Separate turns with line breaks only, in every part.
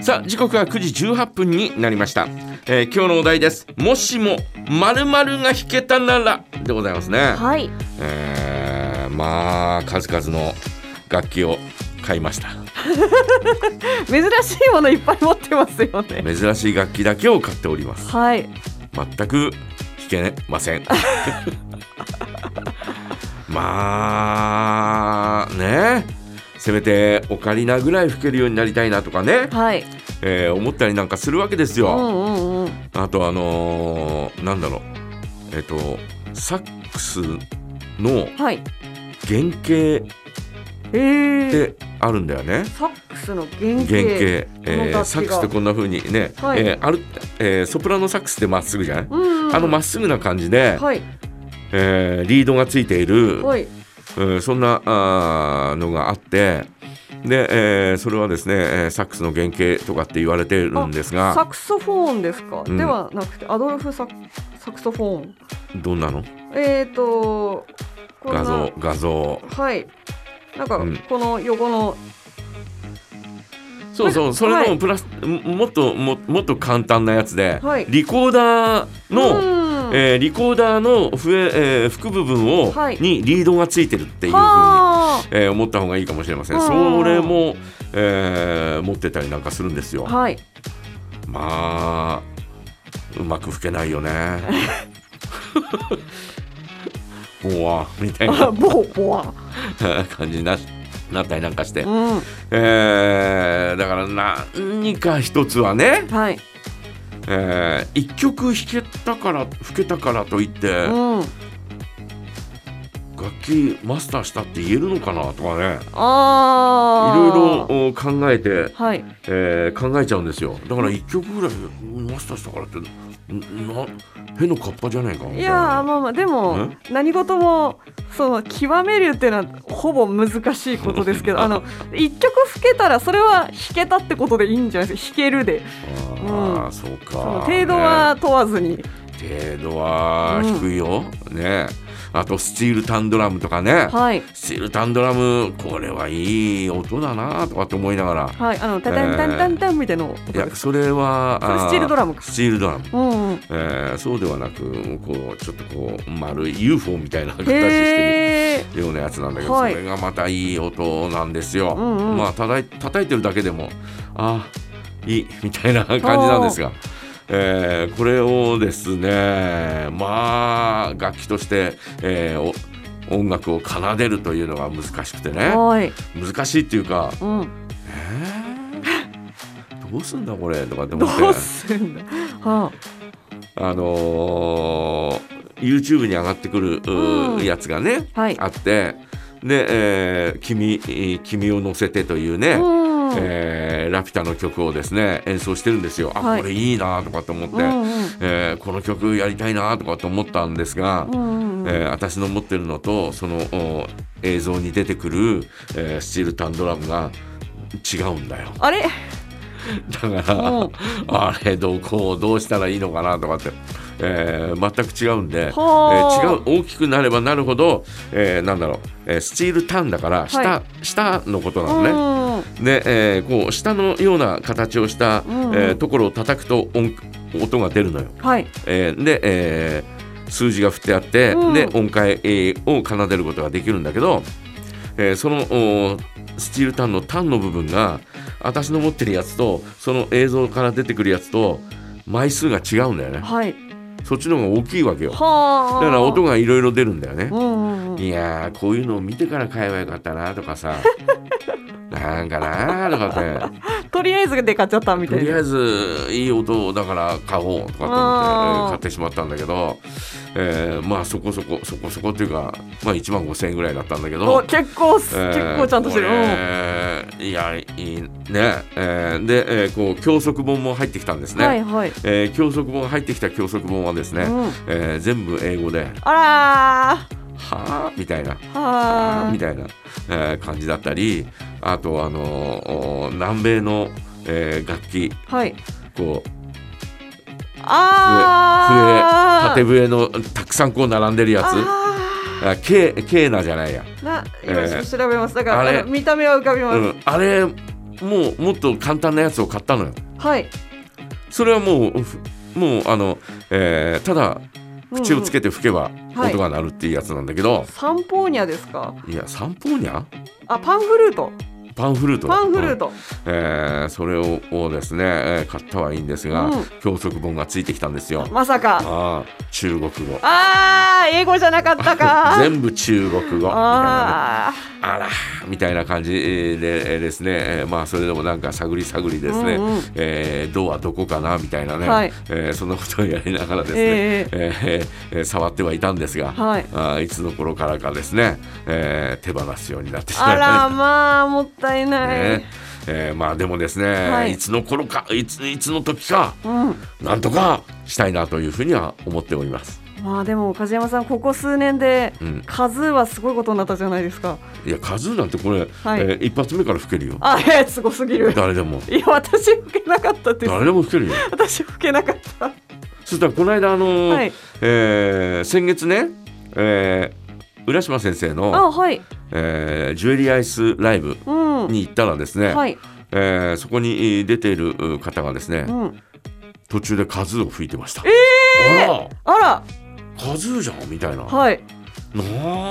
さあ時刻は9時18分になりました、えー今日のお題ですもしも〇〇が弾けたならでございますね、
はい
えーまあ数々の楽器を買いました
珍しいものいっぱい持ってますよね
珍しい楽器だけを買っております
はい
全く弾けま せんまあねせめてオカリナぐらい吹けるようになりたいなとかね、
はい
えー思ったりなんかするわけです
う
よ、
んうんうん
あとあのーなんだろうえっ、とサックスの
はい
原型っ
えー、
てあるんだよね
サックスの原型
原型、え
この楽器
ー
が
サックスってこんな風にね、
はい
えーあるえーソプラノサックスってまっすぐじゃない、
うんうん
あのまっすぐな感じで、
はい
えーリードがついている、
はい
うんそんなあーのがあってで、えーそれはですねえーサックスの原型とかって言われてるんです
サ
が
クソフォーンですか、
うん
ではなくてアドルフサクサクソフォーン
どんなの
えーとこんな
画像画像
はいなんか
うん
この横の、
そうそうそ
は
れの
い
プラス、ももっとももっと簡単なやつで、
はい
リコーダーの、
うん
えーリコーダーの笛、えー腹部分を、
はい
にリードがついてるっていうふうに、
は
えー思った方がいいかもしれません。
うん
それも、えー持ってたりなんかするんですよ
あ。はい
まあうまく吹けないよね。 もうわみたい
あ
な
ボーボワ
感じにななったりなんかして、
うん
えーだから何か一つはね、
はい
えー一曲弾けたから吹けたからといって、
うん
楽器マスターしたって言えるのかなとかねい
ああ
ろいろお考えて、
はい
えー考えちゃうんですよだから一曲ぐらいマスターしたからってんな変なカッパじゃないかみた
い
いな
やーまあまあでも
ん
何事もその極めるっていうのはほぼ難しいことですけ どあの一曲吹けたらそれは弾けたってことでいいんじゃないですか弾けるで
ああ、そうか
その程度は問わずに
ね程度は低いよ、ねあとスチールタンドラムとかね、
はい
スチールタンドラムこれはいい音だなとかって思いながら
はいあのタタンタンタンタンみたいなの
いやそれは
それ
あ
スチールドラムか
スチールドラム
うんうん
えーそうではなくこうちょっとこう丸い UFO みたいな形して
へえ
るようなやつなんだけど、
はい
それがまたいい音なんですよ。
うんうん
まあ叩い叩いてるだけでもあーいいみたいな感じなんですが、えーこれをですねまあ楽器として、えーお音楽を奏でるというのが難しくてね
はい
難しいっていうか、
うん
えーどうすんだこれとかって思って
どうすんだは
あのー YouTube に上がってくるうー
うん
やつがね、
はい
あってで、えー君えー君を乗せて」というね、
あうんうん
えーラピュタの曲をですね演奏してるんですよ。あ、
はい
これいいなとかと思って、
うん
えーこの曲やりたいなとかと思ったんですが、
うんうん
えー私の持ってるのとそのお映像に出てくる、えースチールタンドラムが違うんだよ。
あれ
だから、
うん
あれどこをどうしたらいいのかなとかって、えー全く違うんで、え
はあ
ー違う大きくなればなるほど、えーなんだろう、えースチールタンだから下,、
は
下のことなのね。
うん
で、えーこう下のような形をした、
うんうん
えーところを叩くと音音が出るのよ。
はい
えーで、えー数字が振ってあって、
うん
で音階、えーを奏でることができるんだけど、えーそのおースチールタンのタンの部分が私の持ってるやつとその映像から出てくるやつと枚数が違うんだよね
はい
そっちの方が大きいわけよだ
はあ
から音がいろいろ出るんだよね
うんうんうん
いやーこういうのを見てから買えばよかったなとか さなんかなーとかって
とりあえずで買っちゃったみた
と
い
りあ
な
えずいい音だから買おうとかと思って
あー
えー買ってしまったんだけど、えーまあそこそこそこそこっていうか、まあ、1万5,000円ぐらいだったんだけ
お
ど、
結構す
えー
結構ちゃんとしてる
これ
うん
いやいいね、えーで、えーこう教則本も入ってきたんですね、
はいはい
えー教則本入ってきた教則本はですね、
うん
えー全部英語で
あら
「はあ」みたいな
ーは
みたいな、えー感じだったりあとあのーお南米の、えー楽器
ーはい
こう
あー
縦笛のたくさんこう並んでるやつ
あ
あケーケーナじゃないや、
ーな
えー
今ちょっと調べますだか
あれ
らあの見た目は浮かび
う
ます
ん、あれもうもっと簡単なやつを買ったのよ
はい。
それはもうふもうあの、えーただ口をつ
て。
けて吹けば
はい
音が鳴るっていうやつなんだけど、
サンポーニャですか。
い、やサンポーニャ
あ、パンフルート。
パンフルートだ
パンフルート。
えーそれををですね、えー買ったはいいんですが、
うん
教則本がついてきたんですよ。
まさか。
ああ中国語。
あー、英語じゃなかったか
全部中国語みたいな、ね、
あ
あらみたいな感じでえーですね、えーまあそれでもなんか探り探りですね、
うんうん
えーどうはどこかなみたいなね、
はい
えーそんなことをやりながらですね、
え
えーえー触ってはいたんですが、
はい
あーいつの頃からかですね、えー手放すようになってし
ー、
ま
あ
いました
ら、。まあ、もったいない
ね。えーまあでもですね、
はい
い、つの頃かいついつの時か
うん。
なんとかしたいなというふうには思っております。
まあでも梶山さんここ数年で
うん
数はすごいことになったじゃないですか。
いや数なんてこれ、
はい
えー一発目から吹けるよ
あえすごす ぎる。
誰でも
いや私受けなかったです。
誰でも吹けるよ。
私受けなかった。
そしたらこの間あのー
はい
えー先月ね、えー浦島先生
あ
の、
はい。
えージュエリーアイスライブ
うん。
に行ったらですね、
はい。
えーそこにえー出ているう方がですね、
うん。
途中で数を吹いてました。
えー、
あら
あら
数じゃんみたいな。
はい。
な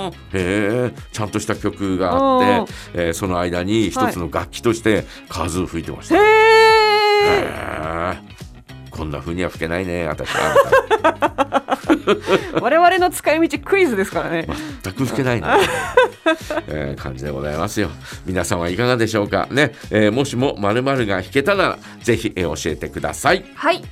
あへえちゃんとした曲があって、えーその間に一つの楽器として数を吹いてまし
へ
た、
え。
へえこんな風には吹けないね私 は
我々の使い道クイズですからね。
全く吹けないね、えー感じでございますよ皆さんはいかがでしょうかね、えーもしも〇〇が弾けたならぜひ、えー教えてください
はい。